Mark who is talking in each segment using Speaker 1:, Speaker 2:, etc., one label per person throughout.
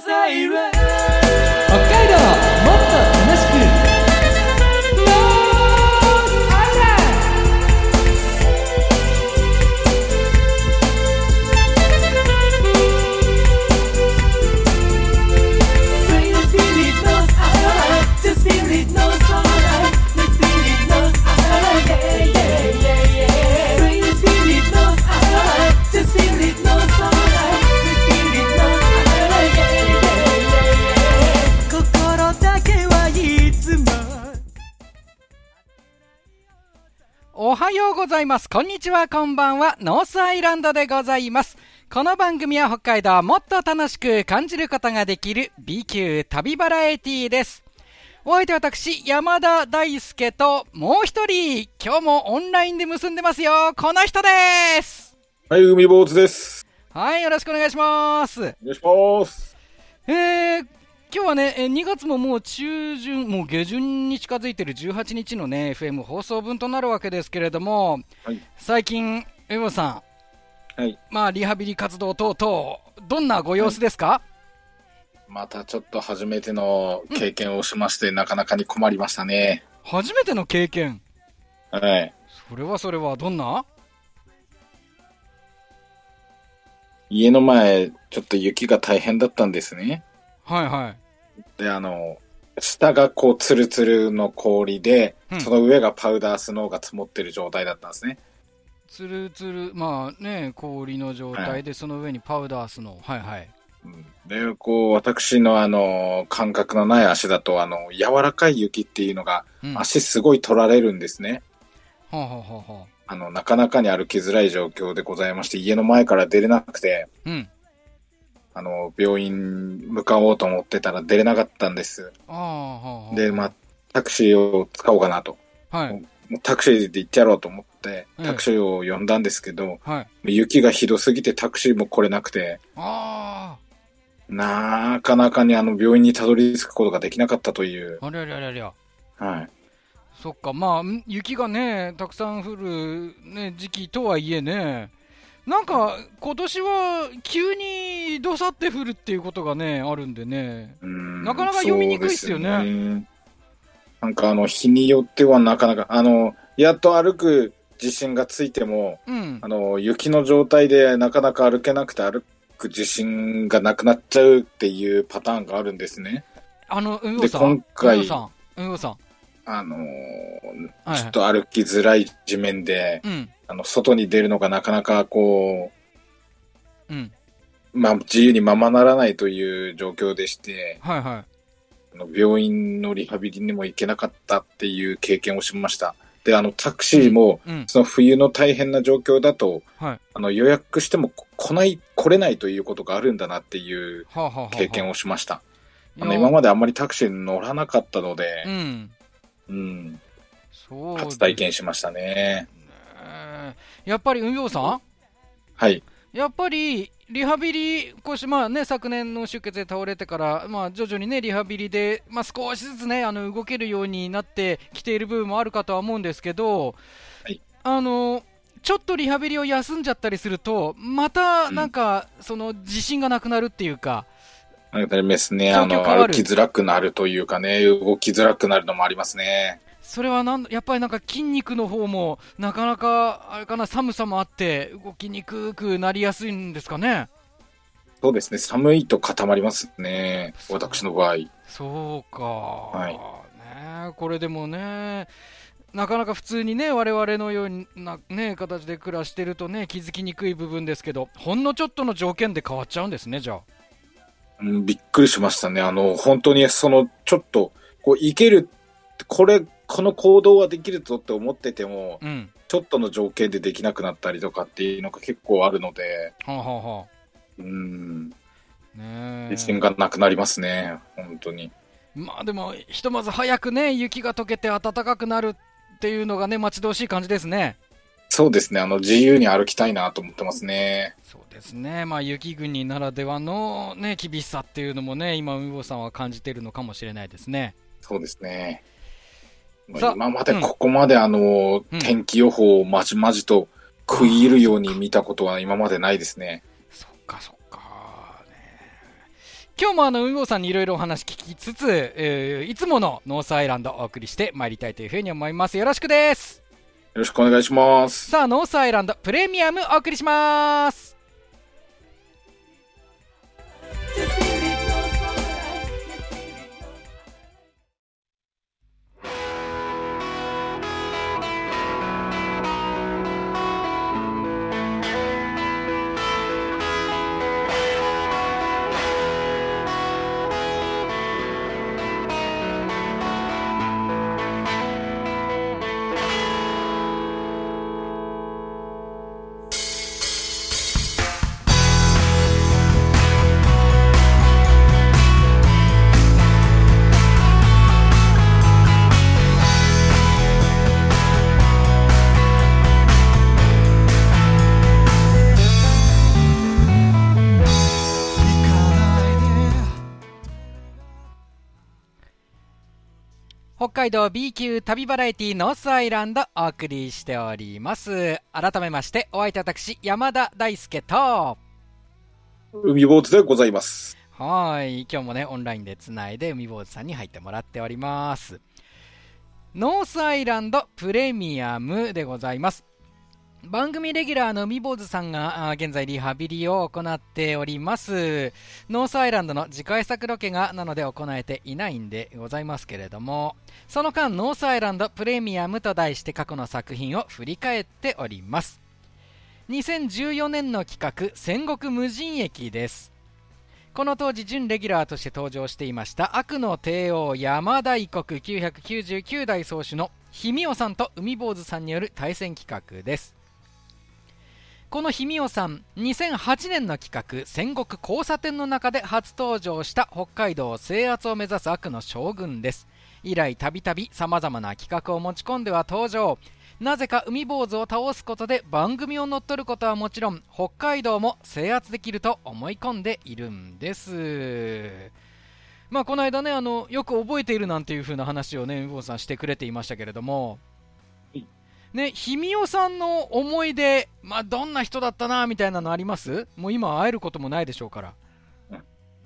Speaker 1: ササイラ北海道もっと楽しくノーアイランド The spirit knows alright The spirit knows alright The spirit knows alright Yeah yeah yeah yeah The spirit knows alright The spirit knows alright The spirit knows alright Yeah yeah yeah yeah 心だけはいつも
Speaker 2: おはようございます。こんにちは、こんばんは。ノースアイランドでございます。この番組は北海道をもっと楽しく感じることができる B 級旅バラエティです。お相手は私、山田大輔と、もう一人、今日もオンラインで結んでますよ。この人です。
Speaker 3: はい、海坊主です。
Speaker 2: はい、よろしくお願いします。
Speaker 3: お願いします。
Speaker 2: えー、今日はね、えー2月ももう中旬、もう下旬に近づいてる18日のね、FM 放送分となるわけですけれども、
Speaker 3: はい
Speaker 2: 最近、エムさん、
Speaker 3: はい
Speaker 2: まあ、リハビリ活動等々、どんなご様子ですか、
Speaker 3: またちょっと初めての経験をしまして、なかなかに困りましたね。
Speaker 2: 初めての経験、
Speaker 3: はい。
Speaker 2: それはそれはどんな
Speaker 3: 家の前、ちょっと雪が大変だったんですね。
Speaker 2: はいはい。
Speaker 3: で、あの、下がこう、ツルツルの氷で
Speaker 2: う、ん
Speaker 3: その上がパウダースノーが積もってる状態だったんですね。
Speaker 2: つるつる、まあね、氷の状態で、その上にパウダースの、はいはい。
Speaker 3: うんで、こう、私のあの、感覚のない足だと、あの、柔らかい雪っていうのが、
Speaker 2: うん、は
Speaker 3: 足すごい取られるんですね。
Speaker 2: あ、はあはあはあ、
Speaker 3: あの、なかなかに歩きづらい状況でございまして、家の前から出れなくて、
Speaker 2: うん。
Speaker 3: あの、病院向かおうと思ってたら出れなかったんです。
Speaker 2: ああ、はあはあ。
Speaker 3: で、まあ、タクシーを使おうかなと。
Speaker 2: はい、
Speaker 3: もうタクシーで行ってやろうと思って、
Speaker 2: うん
Speaker 3: タクシーを呼んだんですけど、
Speaker 2: はい。
Speaker 3: 雪がひどすぎてタクシーも来れなくて、
Speaker 2: あ
Speaker 3: なかなかにあの病院にたどり着くことができなかったという。
Speaker 2: あ、ありゃりゃりゃりゃ。
Speaker 3: はい。
Speaker 2: そっか、まあ、ん雪がね、たくさん降る、ね、時期とはいえね、なんか、今年は急にどさって降るっていうことがね、あるんでね、な
Speaker 3: な
Speaker 2: かなか読みにくいっすよね
Speaker 3: なんかあの、日によってはなかなか、あの、やっと歩く自信がついても、
Speaker 2: うん
Speaker 3: あ、の、雪の状態でなかなか歩けなくて歩く自信がなくなっちゃうっていうパターンがあるんですね。
Speaker 2: あの、うんよさん、
Speaker 3: 今回
Speaker 2: うんよさん、うんよさん、
Speaker 3: あのー
Speaker 2: はい
Speaker 3: ちょ
Speaker 2: は
Speaker 3: っ
Speaker 2: い、
Speaker 3: と歩きづらい地面で、
Speaker 2: うん、
Speaker 3: あの、外に出るのがなかなかこ
Speaker 2: うん、
Speaker 3: う、まあ、自由にままならないという状況でして、
Speaker 2: はいはい。
Speaker 3: あの病院のリハビリにも行けなかったっていう経験をしました。で、あの、タクシーも、
Speaker 2: うん、
Speaker 3: その冬の大変な状況だと、
Speaker 2: はい
Speaker 3: あの、予約しても来ない、来れないということがあるんだなっていう
Speaker 2: はあ、はあはあ、
Speaker 3: 経験をしました。あ
Speaker 2: い
Speaker 3: の
Speaker 2: や
Speaker 3: 今まであんまりタクシーに乗らなかったの
Speaker 2: う
Speaker 3: で、
Speaker 2: ん、
Speaker 3: うん、
Speaker 2: そうです
Speaker 3: 初体験しましたね。
Speaker 2: えーやっぱり、うんよさん
Speaker 3: はい。
Speaker 2: やっぱりリハビリ、こうしまあね、昨年の出血で倒れてから、まあ、徐々に、ね、リハビリで、まあ、少しずつ、ね、あの動けるようになってきている部分もあるかとは思うんですけど、
Speaker 3: はい
Speaker 2: あのちょっとリハビリを休んじゃったりすると、またなんか、その自信がなくなるっていうか、
Speaker 3: あれですね、
Speaker 2: 状
Speaker 3: あ
Speaker 2: 況変
Speaker 3: の、
Speaker 2: わる
Speaker 3: 歩きづらくなるというかね、動きづらくなるのもありますね。
Speaker 2: それはなんやっぱりなんか筋肉の方も、なかなかあれかな寒さもあって、動きにくくなりやすいんですかね。
Speaker 3: そうですね、寒いと固まりますね、私の場合。
Speaker 2: そうか、
Speaker 3: い
Speaker 2: ねえこれでもねなかなか普通にね我々のような、ね、形で暮らしてるとね気づきにくい部分ですけどほんのちょっとの条件で変わっちゃうんですねじゃあ
Speaker 3: うん、びっくりしましたね。あの、本当にその、ちょっと、こう、いける、これ、この行動はできるぞって思ってても、
Speaker 2: うん
Speaker 3: ちょっとの情景でできなくなったりとかっていうのが結構あるので、
Speaker 2: はあ、はあは
Speaker 3: うん、
Speaker 2: あ、ねえ
Speaker 3: 自信がなくなりますね、本当に。
Speaker 2: まあでもひとまず早くね雪が溶けて暖かくなるっていうのがね待ち遠しい感じですね
Speaker 3: そうですね、あの、自由に歩きたいなと思ってますね。
Speaker 2: そうですねまあ雪国ならではのね厳しさっていうのもね今海坊さんは感じてるのかもしれないですね
Speaker 3: そうですね。まあ
Speaker 2: さ
Speaker 3: 今まで
Speaker 2: うん
Speaker 3: ここまであの、
Speaker 2: うん
Speaker 3: 天気予報をまじまじと食い入るように見たことは今までないですね。
Speaker 2: そっかそっか、ね今日もあの、うんごうさんにいろいろお話聞きつつ、えーいつものノースアイランドお送りしてまいりたいというふうに思います。よろしくです。
Speaker 3: ろしくお願いします。
Speaker 2: さあ、ノースアイランドプレミアムお送りします。北海道 B 級旅バラエティノースアイランドお送りしております。改めまして、お相手私、山田大輔と、
Speaker 3: 海坊主でございます。
Speaker 2: はい今日もねオンラインでつないで海坊主さんに入ってもらっておりますノースアイランドプレミアムでございます番組レギュラーの海坊主さんがあー現在リハビリを行っておりますノースアイランドの次回作ロケがなので行えていないんでございますけれどもその間ノースアイランドプレミアムと題して過去の作品を振り返っております2014年の企画戦国無人駅ですこの当時準レギュラーとして登場していました悪の帝王山大国999代宗主の氷見尾さんと海坊主さんによる対戦企画ですこの氷見尾さん2008年の企画戦国交差点の中で初登場した北海道制圧を目指す悪の将軍です以来たびたびさまざまな企画を持ち込んでは登場なぜか海坊主を倒すことで番組を乗っ取ることはもちろん北海道も制圧できると思い込んでいるんですまあこの間ねあのよく覚えているなんていう風な話をね海坊主さんしてくれていましたけれども
Speaker 3: はい
Speaker 2: ね氷見尾さんの思い出まあどんな人だったなみたいなのありますもう今会えることもないでしょうから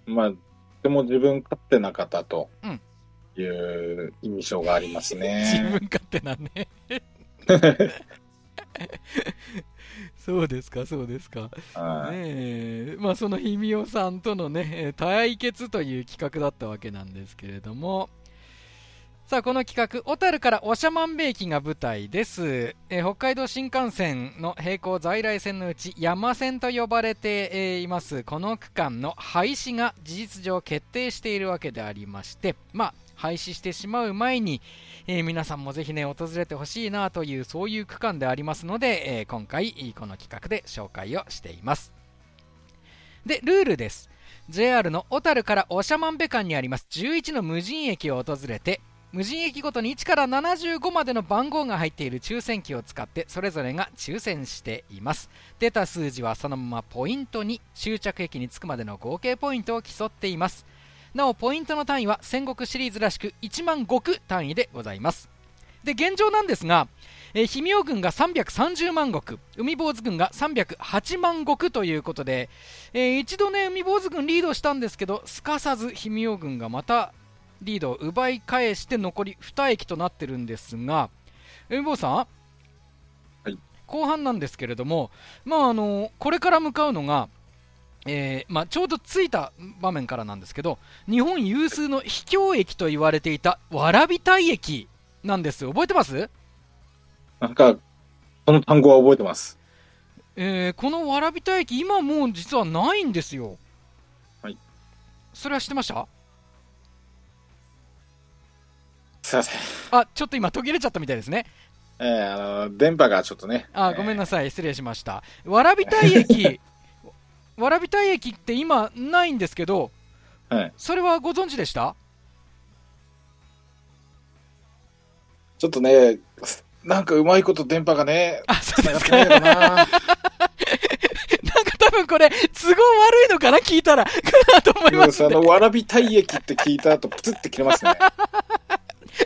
Speaker 3: まあ、とても自分勝手な方と
Speaker 2: うん
Speaker 3: いう印象がありま す
Speaker 2: 自分
Speaker 3: ね。
Speaker 2: 勝手なん ねそうですかそうですか
Speaker 3: はい
Speaker 2: ねえまあ、その氷見尾さんとの、ね、えー対決という企画だったわけなんですけれどもさあこの企画小樽から長万部駅が舞台です、えー北海道新幹線の並行在来線のうち山線と呼ばれて、えーいますこの区間の廃止が事実上決定しているわけでありましてまあ廃止してしまう前に、えー皆さんもぜひね訪れてほしいなというそういう区間でありますので、えー今回この企画で紹介をしていますで、ルールです。JR の小樽から長万部間にあります11の無人駅を訪れて、無人駅ごとに1から75までの番号が入っている抽選機を使ってそれぞれが抽選しています出た数字はそのままポイントに終着駅に着くまでの合計ポイントを競っていますなおポイントの単位は戦国シリーズらしく1万石単位でございますで現状なんですが、えー、氷見尾軍が330万石海坊主軍が308万石ということで、えー一度ね海坊主軍リードしたんですけどすかさず氷見尾軍がまたリードを奪い返して残り2駅となってるんですが海坊さん、
Speaker 3: はい
Speaker 2: 後半なんですけれども、まあ、あのこれから向かうのが、えーまあ、ちょうど着いた場面からなんですけど日本有数の秘境駅と言われていた蕨台駅なんです覚えてます
Speaker 3: なんか、その単語は覚えてます。
Speaker 2: えーこの蕨田駅今もう実はないんですよ
Speaker 3: はい
Speaker 2: それは知ってました
Speaker 3: すいません。
Speaker 2: あちょっと今途切れちゃったみたいですね
Speaker 3: えー、あの、電波がちょっとね。
Speaker 2: あごめん
Speaker 3: な
Speaker 2: なさい失礼しました蕨田 駅蕨田駅って今ないんですけど
Speaker 3: さい。はい。
Speaker 2: それはご存知でした
Speaker 3: ちょっとね、なんかうまいこと電波がね、
Speaker 2: あそうですか
Speaker 3: 繋が
Speaker 2: な
Speaker 3: ってないのかな
Speaker 2: んか多分これ都合悪いのかな聞いたらかなと思い
Speaker 3: で
Speaker 2: ま
Speaker 3: も
Speaker 2: す
Speaker 3: さあ
Speaker 2: んで
Speaker 3: の、わらびたい駅って聞いた後、プツって切れますね。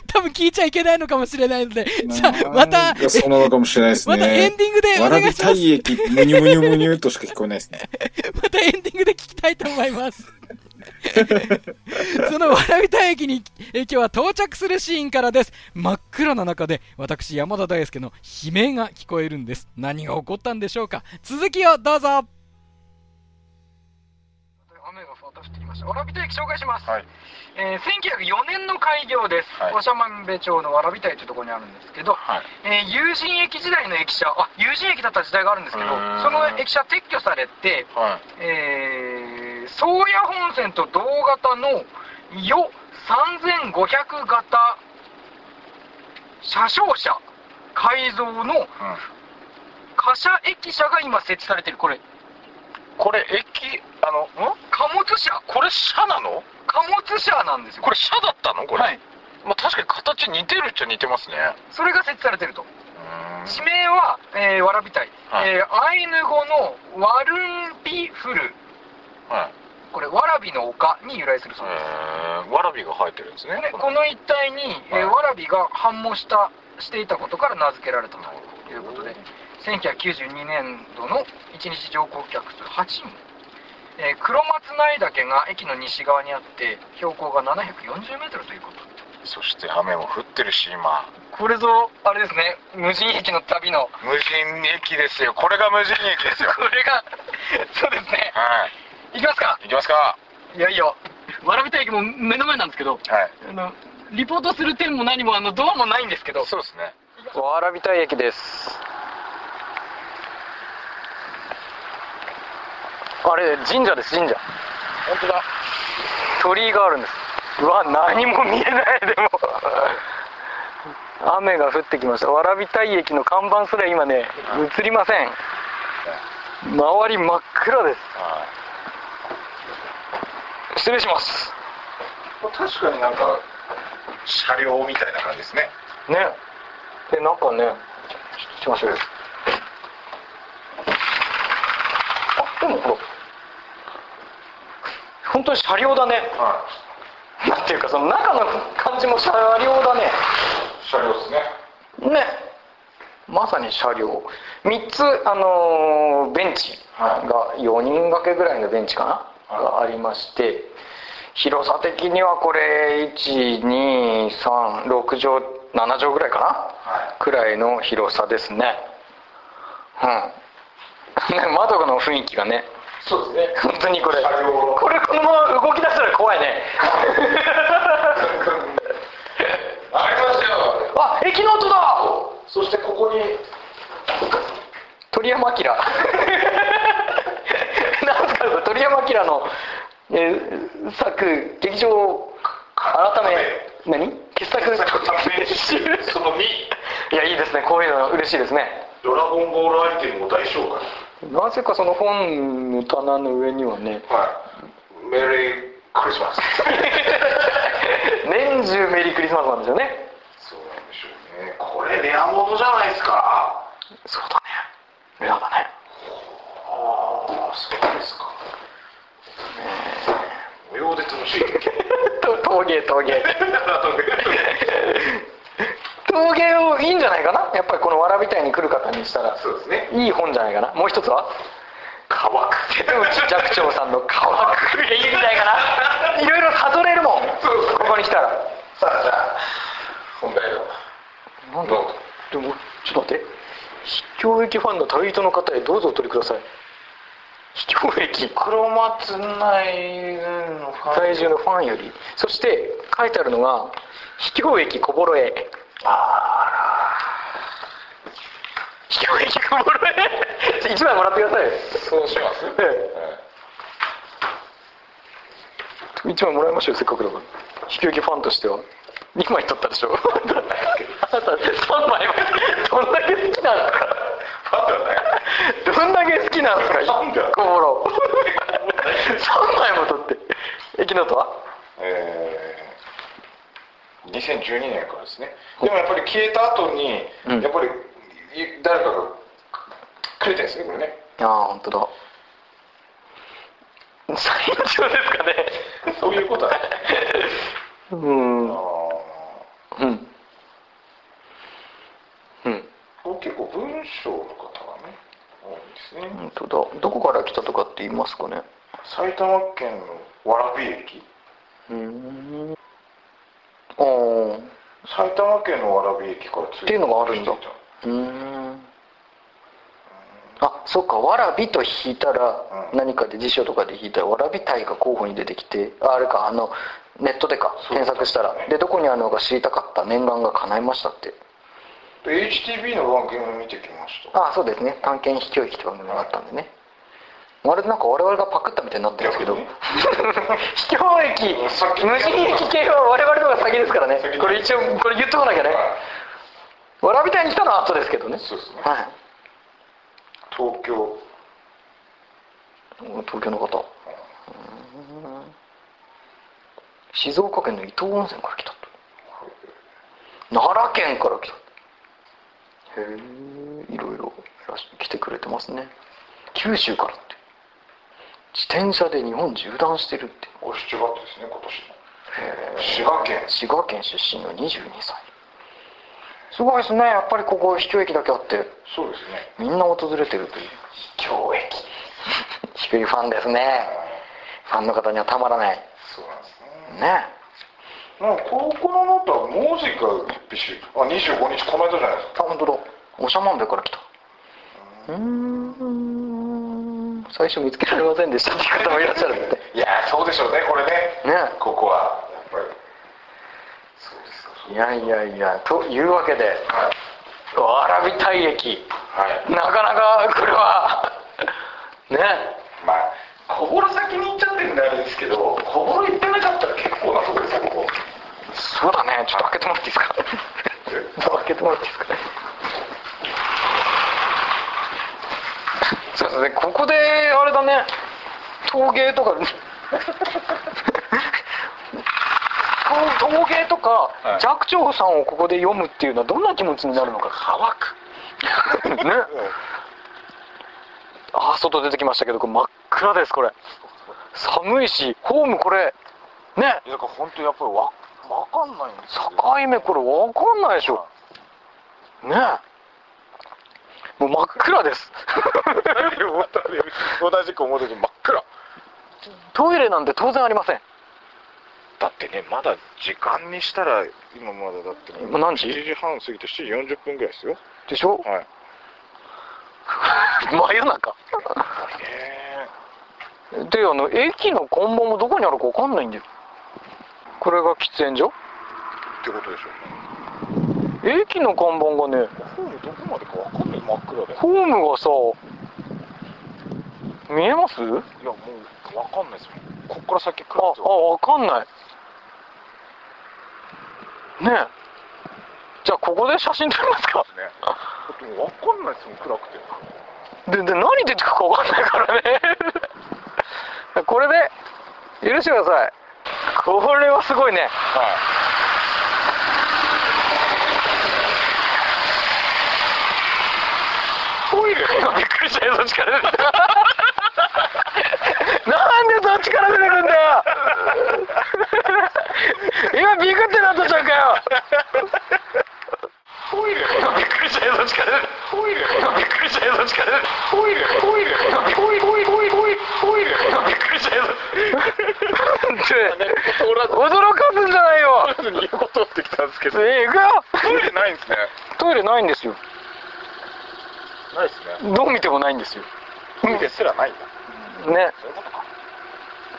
Speaker 2: 多分聞いちゃいけないのかもしれないので じゃあまた
Speaker 3: なんかそうなのかもしれないですね。
Speaker 2: またエンディングでお
Speaker 3: わら
Speaker 2: 願
Speaker 3: び
Speaker 2: いしたます
Speaker 3: い駅、むにゅむにゅむにゅとしか聞こえないですね。
Speaker 2: またエンディングで聞きたいと思います そのわらびた駅にえー今日は到着するシーンからです真っ暗な中で私山田大輔の悲鳴が聞こえるんです何が起こったんでしょうか続きをどうぞ
Speaker 4: 雨がふわっと降ってきました。わらびた駅紹介します。
Speaker 5: はい
Speaker 4: えー1904年の開業です。
Speaker 5: はい
Speaker 4: 長万部町のわらびた駅というところにあるんですけど、
Speaker 5: はい
Speaker 4: えー有人駅時代の駅舎、あ、有人駅だった時代があるんですけど
Speaker 5: うー、ん
Speaker 4: その駅舎撤去されて、
Speaker 5: はい
Speaker 4: えー、宗谷本線と同型のよ3500型車掌車改造の
Speaker 5: うん
Speaker 4: 貨車駅舎が今設置されてる。これ、
Speaker 5: これ駅あのん
Speaker 4: 貨物車、
Speaker 5: これ車なの
Speaker 4: 貨物車なんですよ。
Speaker 5: これ車だったのこれ、
Speaker 4: はい。
Speaker 5: まあ、確かに形似てるっちゃ似てますね
Speaker 4: それが設置されてると。
Speaker 5: うーん
Speaker 4: 地名は、えー、わらびたい。
Speaker 5: はい
Speaker 4: えーアイヌ語のワルンピフル。
Speaker 5: はい
Speaker 4: これ、わらびの丘に由来するそうです。
Speaker 5: えー、わらびが生えてるんですね
Speaker 4: ね、
Speaker 5: この
Speaker 4: この一帯に、えー
Speaker 5: はい
Speaker 4: わらびが繁茂したしていたことから名付けられたということで、1992年度の1日乗降客数8人。えー黒松内岳が駅の西側にあって標高が740メートルということ
Speaker 5: そして雨も降ってるし今
Speaker 4: これぞあれですね無人駅の旅の
Speaker 5: 無人駅ですよこれが無人駅です よ
Speaker 4: これがそうですね
Speaker 5: はい
Speaker 4: 行きますか
Speaker 5: 行きますか
Speaker 4: いやいや、わらびた駅も目の前なんですけど、
Speaker 5: はい
Speaker 4: あのリポートする点も何もあのドアもないんですけど、
Speaker 5: そうですね
Speaker 4: わらびた駅です。あれ、神社です、神社。本当だ。鳥居があるんです。うわ、何も見えない、でも。雨が降ってきました。わらびたい駅の看板すら今ね、映りません。周り真っ暗です。
Speaker 5: は
Speaker 4: 失礼します。
Speaker 5: い確かになんか車両みたいな感じですね
Speaker 4: ねえなんかねちょっと待ってくださいあでもほら本当に車両だね
Speaker 5: は
Speaker 4: なんていうかその中の感じも車両だね
Speaker 5: い車両ですね
Speaker 4: ねまさに車両3つ、あのーベンチが4人掛けぐらいのベンチかな、
Speaker 5: はい
Speaker 4: がありまして広さ的にはこれ1236畳7畳ぐらいかな、
Speaker 5: はい
Speaker 4: くらいの広さですねうん ね窓の雰囲気がね
Speaker 5: そうですね
Speaker 4: 本当にこれ
Speaker 5: 車両
Speaker 4: これこのまま動き出したら怖いね
Speaker 5: ありましたよ
Speaker 4: あ駅の音だ
Speaker 5: そしてここに
Speaker 4: 鳥山明 なんすかこれ鳥山明の、えー作劇場改め何傑作
Speaker 5: その 2
Speaker 4: いやいいですねこういうの嬉しいですね
Speaker 5: ドラゴンボールアイテムを大紹介
Speaker 4: なぜかその本の棚の上には ね
Speaker 5: はいメリークリスマス
Speaker 4: 年中メリークリスマスなんですよね
Speaker 5: そうなんでしょうねこれレアものじゃないですか
Speaker 4: そうだねレアだね
Speaker 5: ああそうですか無料で楽しい
Speaker 4: と陶芸陶芸陶芸をいいんじゃないかなやっぱりこのわらびたいに来る方にしたら
Speaker 5: そうですね
Speaker 4: いい本じゃないかなもう一つは
Speaker 5: 乾く
Speaker 4: 瀬戸内寂聴さんの乾く いいんじゃないかないろいろ悟れるもん
Speaker 5: そうですね
Speaker 4: ここに来たら
Speaker 5: さあじゃあ本題を
Speaker 4: なんだ
Speaker 5: どうぞ
Speaker 4: でもちょっと待って秘境駅ファンの旅人の方へどうぞお取りください秘境駅
Speaker 5: 黒松内のファン
Speaker 4: 体重のファンよりそして書いてあるのが「秘境駅小幌へ」秘境駅小幌へ ちょ一枚もらってください
Speaker 5: そうします
Speaker 4: え一枚もらいましょうよせっかくだから引き受けファンとしては2枚取ったでしょあなた3枚もどんだけ好きなんですか
Speaker 5: ファンだね
Speaker 4: どんだけ好きなんですか
Speaker 5: なんだ
Speaker 4: 小幌 3枚も取って駅のとは
Speaker 5: えー2012年からですねでもやっぱり消えた後に、
Speaker 4: うん
Speaker 5: やっぱりい誰かがくれてるんですねこれね
Speaker 4: ああ本当だ最長ですかね
Speaker 5: そういうこと はね
Speaker 4: うん
Speaker 5: あ
Speaker 4: うん
Speaker 5: ー
Speaker 4: うん
Speaker 5: これ結構文章の方がね多いですね、
Speaker 4: 本当だどこから来たとかって言いますかね
Speaker 5: 埼玉県の蕨駅
Speaker 4: うーん。あー
Speaker 5: 埼玉県の蕨駅からつ
Speaker 4: っていうのがあるんだ
Speaker 5: 着いた
Speaker 4: うーん。あ、そっか、わらびと引いたら、
Speaker 5: うん
Speaker 4: 何かで辞書とかで引いたら、わらび隊が候補に出てきて、ああれか、あの、ネットでか、
Speaker 5: そう
Speaker 4: 検索したら、で、どこにあるのか知りたかった念願が叶いましたって。
Speaker 5: で HTB の番組を見てきました
Speaker 4: ああ、そうですね、探検秘境駅って番組があったんでね。あれなんか我々がパクったみたいになってるんですけど、
Speaker 5: 逆にね
Speaker 4: 秘境駅
Speaker 5: 先
Speaker 4: 無人駅系は我々の方が先ですからね
Speaker 5: 先
Speaker 4: これ一応これ言っとかなきゃね
Speaker 5: はい
Speaker 4: わらび隊に来たのは後ですけどね
Speaker 5: そうですね
Speaker 4: はい
Speaker 5: 東京
Speaker 4: 東京の方うーん静岡県の伊東温泉から来たと奈良県から来たとへえいろいろいらし来てくれてますね九州からって自転車で日本縦断してるって
Speaker 5: お7月ですね今年の滋賀県
Speaker 4: 滋賀県出身の22歳すごいですねやっぱりここ秘境駅だけあって
Speaker 5: そうですね
Speaker 4: みんな訪れてるという秘境駅 ひくりファンですねファンの方にはたまらない
Speaker 5: そうなんですね
Speaker 4: ね
Speaker 5: なんか高校の中は文字がびっしりあ25日この間じゃないです
Speaker 4: あ本当だおしゃまんべから来たうーん最初見つけられませんでしたって方もいらっしゃるって
Speaker 5: かいやーそうでしょうねこれね
Speaker 4: ね
Speaker 5: ここはやっぱりそうですかそう
Speaker 4: いやいやいやというわけでわらびたい駅
Speaker 5: はい
Speaker 4: なかなかこれはね
Speaker 5: まあ小幌先に行っちゃってるんであれですけど小幌行ってなかったら結構なとこですよここ
Speaker 4: そうだねちょっと開けてもらっていいですか ちょっと開けてもらっていいですかそうですねここであれだね陶芸とか陶陶芸とか、
Speaker 5: はい
Speaker 4: 寂聴さんをここで読むっていうのはどんな気持ちになるのか乾く ねあー外出てきましたけどこれ真っ暗ですこれ寒いしホームこれね
Speaker 5: いやだから本当やっぱりわわかんないんですよ
Speaker 4: 境目これわかんないでしょねえもう真っ暗です
Speaker 5: 同じく思う時真っ暗
Speaker 4: トイレなんて当然ありません
Speaker 5: だってねまだ時間にしたら今まだだってね
Speaker 4: 今何時
Speaker 5: 7時半過ぎて7時40分ぐらいですよ
Speaker 4: でしょ
Speaker 5: はい
Speaker 4: 真夜中
Speaker 5: え
Speaker 4: であの駅の看板もどこにあるかわかんないんだよこれが喫煙所
Speaker 5: ー、ってことでしょうね
Speaker 4: 駅の看板がね
Speaker 5: ホームどこまでかわかんない真っ暗で
Speaker 4: ホームがさ見えます
Speaker 5: いやもうわかんないですもんこっから先
Speaker 4: あ
Speaker 5: 暗いです
Speaker 4: あ
Speaker 5: よ
Speaker 4: わかんないねえじゃあここで写真撮りますか
Speaker 5: ねだってもうわかんないですもん暗くて
Speaker 4: でで何出てくか分かんないからね これで許してくださいこれはすごいね
Speaker 5: は
Speaker 4: トイレびっくりしたよそっちから出てきた なんでそっちから出てくんだよ今ビクってなったじゃんかよ
Speaker 5: トイレ
Speaker 4: びっくりしたよそっちから出て
Speaker 5: トイレ
Speaker 4: びっくりしたよそっちから出て
Speaker 5: トイレトイレトイレトイレトイレトイレトイレ
Speaker 4: びっくりしたよ驚かすんじゃないよ
Speaker 5: とりあえず2個取ってきたんですけど
Speaker 4: えー行くよ
Speaker 5: トイレないんですね
Speaker 4: トイレないんですよ
Speaker 5: ないですね
Speaker 4: どう見てもないんですよ
Speaker 5: トイレすらないんだ
Speaker 4: ね
Speaker 5: そういうことか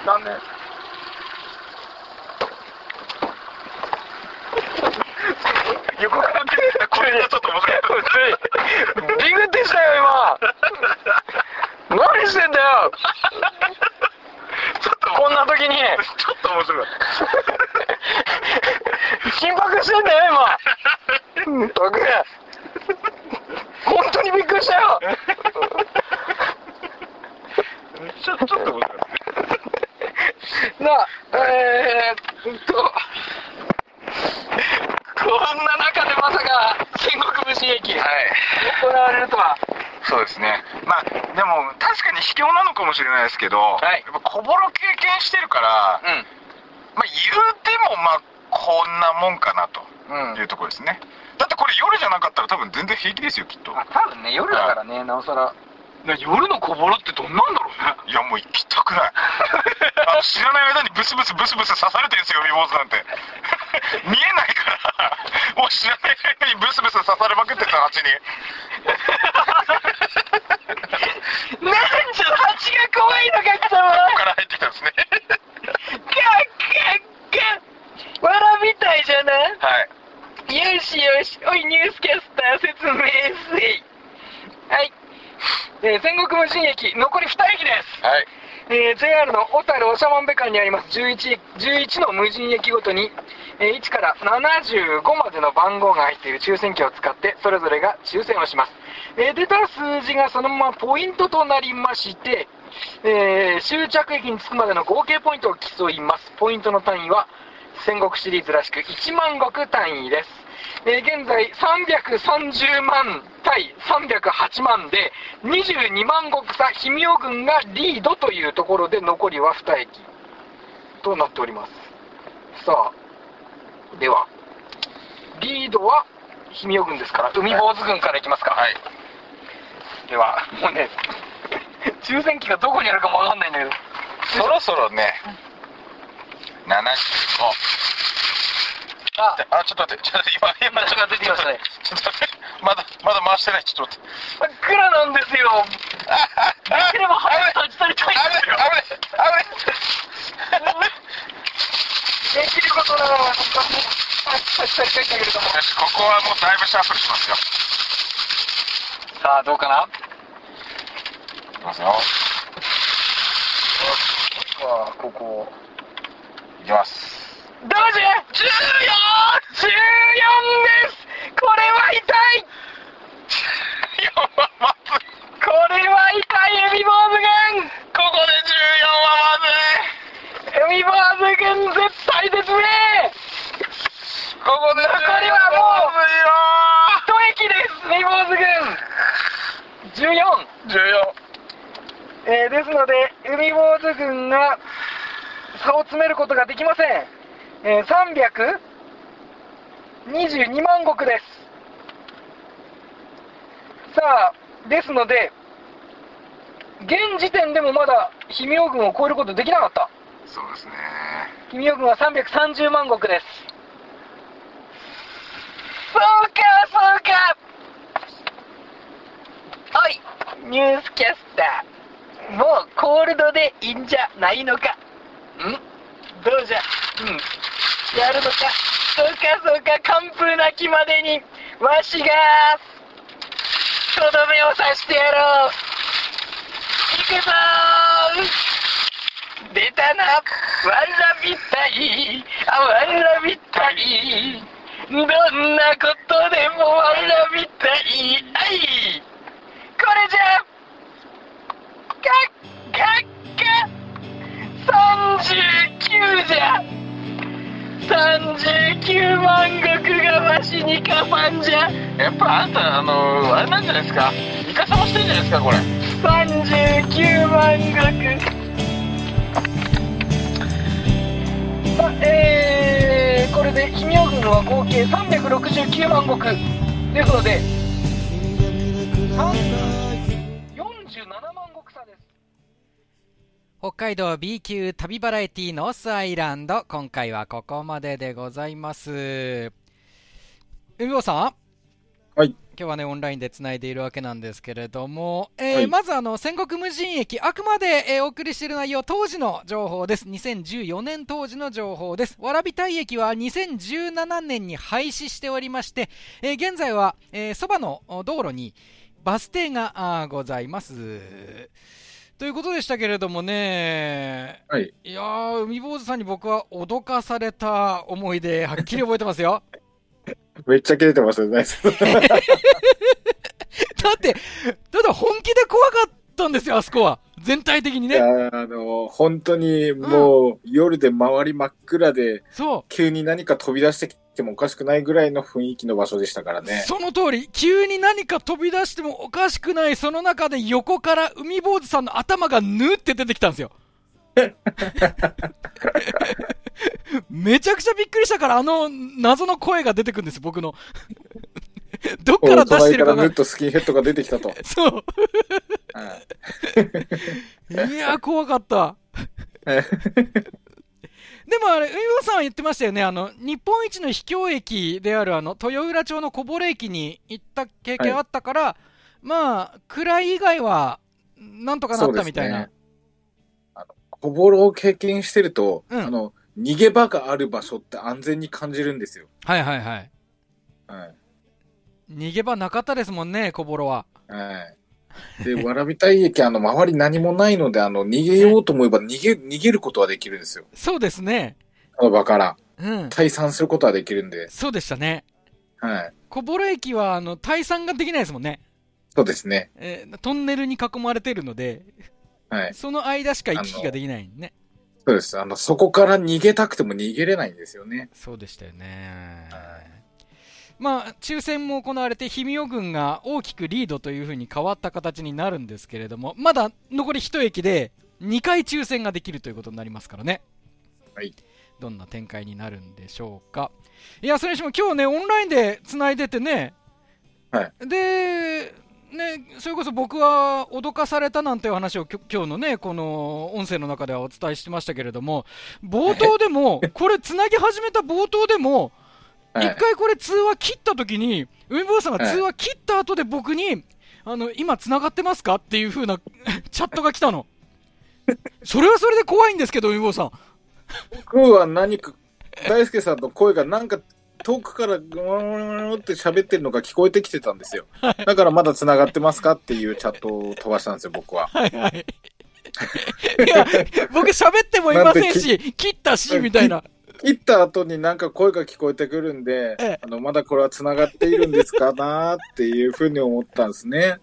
Speaker 5: 残念
Speaker 4: 横から出てきたこれがちょっと面白いビグってしたよ今何してんだよちょっとこんな時に
Speaker 5: ちょっと面白い
Speaker 4: 緊迫してんだよ今特訓本当にびっくりしたよ
Speaker 5: ちょちょっと面白い
Speaker 4: なあえー、っとこんな中でまさか戦国武士駅
Speaker 6: はい
Speaker 4: 行われるとは
Speaker 6: そうですねまあでも確かに卑怯なのかもしれないですけど、
Speaker 4: はい
Speaker 6: やっぱ小幌経験してるから、まあ言うてもまあこんなもんかなと
Speaker 4: うんうん
Speaker 6: いうところですねだってこれ夜じゃなかったら多分全然平気ですよきっと
Speaker 4: あ多分ね夜だからね、なおさらね夜の小ぼろってどんなんだろうね
Speaker 5: いやもう行きたくないあの知らない間にブスブスブスブス刺されてるんですよ海坊主なんて見えない からもう知らない間にブスブス刺されまくってた蜂に
Speaker 4: なんちょっと蜂が怖いのか貴様
Speaker 5: ここから入ってきたんですね
Speaker 4: ガッガッガッわらみたいじゃない
Speaker 5: はい
Speaker 4: よしよし、おい、ニュースキャスター説明せい。はい。えー戦国無人駅、残り2駅です。
Speaker 5: はい
Speaker 4: えー JR の小樽長万部間にあります11、11の無人駅ごとに、えー1から75までの番号が入っている抽選券を使って、それぞれが抽選をします。えー出た数字がそのままポイントとなりまして、えー終着駅に着くまでの合計ポイントを競います。ポイントの単位は、戦国シリーズらしく1万石単位です。えー現在330万対308万で22万石差氷見尾軍がリードというところで残りは2駅となっておりますさあではリードは氷見尾軍ですから海坊主軍からいきますかはいではもうね 抽選機がどこにあるかもわかんないんだけど
Speaker 5: そろそろね75
Speaker 4: あ
Speaker 5: あちょっと待ってちょっと待って今今ちょっと
Speaker 4: 出てきましたね
Speaker 5: ちょっと待ってまだまだ回してないちょっと待って
Speaker 4: 真っ暗なんですよ
Speaker 5: あ
Speaker 4: できれば早く立ち去りたい
Speaker 5: 危
Speaker 4: ん
Speaker 5: ない
Speaker 4: ですよ
Speaker 5: 危ない危ない
Speaker 4: できることならば、僕はもう、立ち去りたいんだけれども。
Speaker 5: よしここはもうだいぶシャープにしますよ
Speaker 4: さあ、どうかない
Speaker 5: きますよ
Speaker 4: あ、ここ。
Speaker 5: いきます
Speaker 4: どうじゃ ?14!14 ですこれは痛い
Speaker 5: いやままずい
Speaker 4: これは痛い、海坊主軍
Speaker 5: ここで14はまず
Speaker 4: 海坊主軍絶対ですね
Speaker 5: いここで
Speaker 4: 残
Speaker 5: 14
Speaker 4: りはもう
Speaker 5: まずい
Speaker 4: 一駅で
Speaker 5: よ
Speaker 4: す、海坊主軍 !14!
Speaker 5: 14
Speaker 4: えーですので、海坊主軍が差を詰めることができません。えー、322万石です。さあ、ですので、現時点でもまだ氷見尾軍を超えることできなかった。
Speaker 5: そうですね
Speaker 4: 氷見尾軍は330万石です。そうか、そうかはい、ニュースキャスター。もうコールドでいいんじゃないのか。んどうじゃうん。やるのか。そうか、そうか、完封なきまでに、わしが、とどめを刺してやろう。行くぞー出たな、わらびたい、あわらびたい。どんなことでもわらびたい。あいこれじゃかっかっか39じゃ39万石がわしにかさんじゃ
Speaker 5: やっぱあんたあのあれなんじゃないですかイカサマしてんじゃないですかこれ
Speaker 4: 39万石さえー、これで氷見軍は合計369万石ですので47万石差です
Speaker 2: 北海道 B 級旅バラエティノースアイランド今回はここまででございます海坊さん
Speaker 3: はい
Speaker 2: 今日はねオンラインでつないでいるわけなんですけれども、えー
Speaker 3: はい
Speaker 2: まずあの戦国無人駅あくまで、えーお送りしている内容当時の情報です2014年当時の情報です蕨台駅は2017年に廃止しておりまして、えー現在はえーそば、のお道路にバス停があーございますということでしたけれどもね、
Speaker 3: はい。
Speaker 2: いやー、海坊主さんに僕は脅かされた思い出、はっきり覚えてます よ。
Speaker 3: めっちゃ切れてましたね。
Speaker 2: だって、ただ本気で怖かったんですよ、あそこは。全体的に
Speaker 3: いや
Speaker 2: ね。
Speaker 3: あの、本当にもう夜で周り真っ暗で、
Speaker 2: そ
Speaker 3: 急に何か飛び出してきてもおかしくないぐらいの雰囲気の場所でしたから
Speaker 2: う、
Speaker 3: ね。
Speaker 2: その通り、急に何か飛び出してもおかしくない、その中で横から海坊主さんの頭がぬって出てきたん ですよ。めちゃくちゃびっくりしたから、あの謎の声が出てくるんです、僕の。どっから出してるか
Speaker 3: か
Speaker 2: らが
Speaker 3: ぬっとスキンヘッドが出てきたと。
Speaker 2: そう。いや、怖かった。でもあれ、海坊さんは言ってましたよね。あの、日本一の秘境駅であるあの、豊浦町のこぼれ駅に行った経験あったから、まあ、暗い以外は、なんとかな
Speaker 3: そ
Speaker 2: っ
Speaker 3: うで
Speaker 2: た
Speaker 3: す
Speaker 2: みたいな。
Speaker 3: ね、あの小ボロを経験してると、
Speaker 2: うん
Speaker 3: あの逃げ場がある場所って安全に感じるんですよ。
Speaker 2: はいはいはい。
Speaker 3: はい
Speaker 2: 逃げ場なかったですもんね、小幌は。
Speaker 3: はい、 で、わらびたい駅、あの周り何もないので、あの逃げようと思えば逃げ逃げることはできるんですよ。
Speaker 2: そうですね。
Speaker 3: あの場から。
Speaker 2: うん。
Speaker 3: 退散することはできるんで、
Speaker 2: そうでしたね。
Speaker 3: はい、
Speaker 2: 小幌駅は、あの、退散ができないですもんね。
Speaker 3: そうですね。
Speaker 2: えートンネルに囲まれてるので、
Speaker 3: はい、
Speaker 2: その間しか行き来ができないね。
Speaker 3: そうです。あのそこから逃げたくても逃げれないんですよね。
Speaker 2: そうでしたよね
Speaker 3: は。
Speaker 2: まあ、抽選も行われて、氷見予軍が大きくリードというふうに変わった形になるんですけれども、まだ残り1駅で2回抽選ができるということになりますからね。
Speaker 3: はい。
Speaker 2: どんな展開になるんでしょうか。いや、それにしても今日ね、オンラインでつないでてね、
Speaker 3: はい
Speaker 2: で、ね、それこそ僕は脅かされたなんていう話をきょ今日のね、この音声の中ではお伝えしてましたけれども、冒頭で も、これ、つなぎ始めた冒頭でも、
Speaker 3: は
Speaker 2: 一
Speaker 3: い、
Speaker 2: 回これ、通話切ったときに、海坊さんが通話切った後で僕に、あの今、つながってますかっていう風な チャットが来たの。それはそれで怖いんですけど、海坊さん。
Speaker 3: 僕は何か大輔さんの声がなんか遠くからグワングワングワンって喋ってるのが聞こえてきてたんですよ。だからまだ繋がってますかっていうチャットを飛ばしたんですよ、僕は。
Speaker 2: はいはい。い や、僕喋ってもいませんし、切ったし、みたいな。
Speaker 3: 行った後になんか声が聞こえてくるんで、
Speaker 2: ええ
Speaker 3: あのまだこれは繋がっているんですかなーっていうふうに思ったんですね。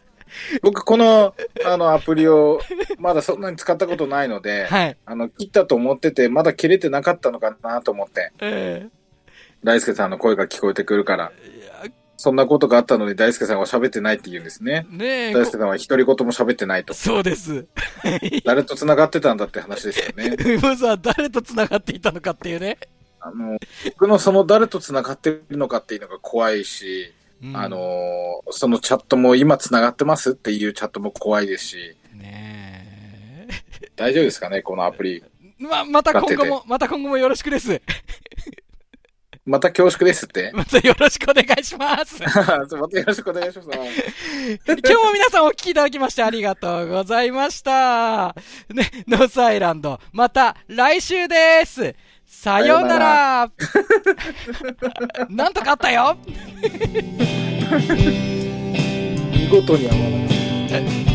Speaker 3: 僕、この、あの、アプリを、まだそんなに使ったことないので、
Speaker 2: はい。
Speaker 3: あの、切ったと思ってて、まだ切れてなかったのかなと思って、
Speaker 2: え
Speaker 3: 大輔さんの声が聞こえてくるから、
Speaker 2: えいや
Speaker 3: そんなことがあったのに大輔さんは喋ってないって言うんですね。
Speaker 2: ねえ
Speaker 3: 大輔さんは独り言も喋ってない
Speaker 2: こ
Speaker 3: と。
Speaker 2: そうです。
Speaker 3: 誰と繋がってたんだって話ですよ ね。
Speaker 2: 海坊さんは誰と繋がっていたのかっていうね。
Speaker 3: あの、僕のその誰と繋がってるのかっていうのが怖いし、
Speaker 2: うん
Speaker 3: あのーそのチャットも今繋がってますっていうチャットも怖いですし、
Speaker 2: ね
Speaker 3: 大丈夫ですかね、このアプリ。
Speaker 2: え。ま、また今後も、また今後もよろしくです。
Speaker 3: また恐縮で すって。
Speaker 2: またよろしくお願いします。
Speaker 3: またよろしくお願 いします。
Speaker 2: 今日も皆さんお聞きいただきましてありがとうございました。ね、ノースアイランド、また来週です。さようなら。 なんとかあったよ。
Speaker 3: 見事に合わない。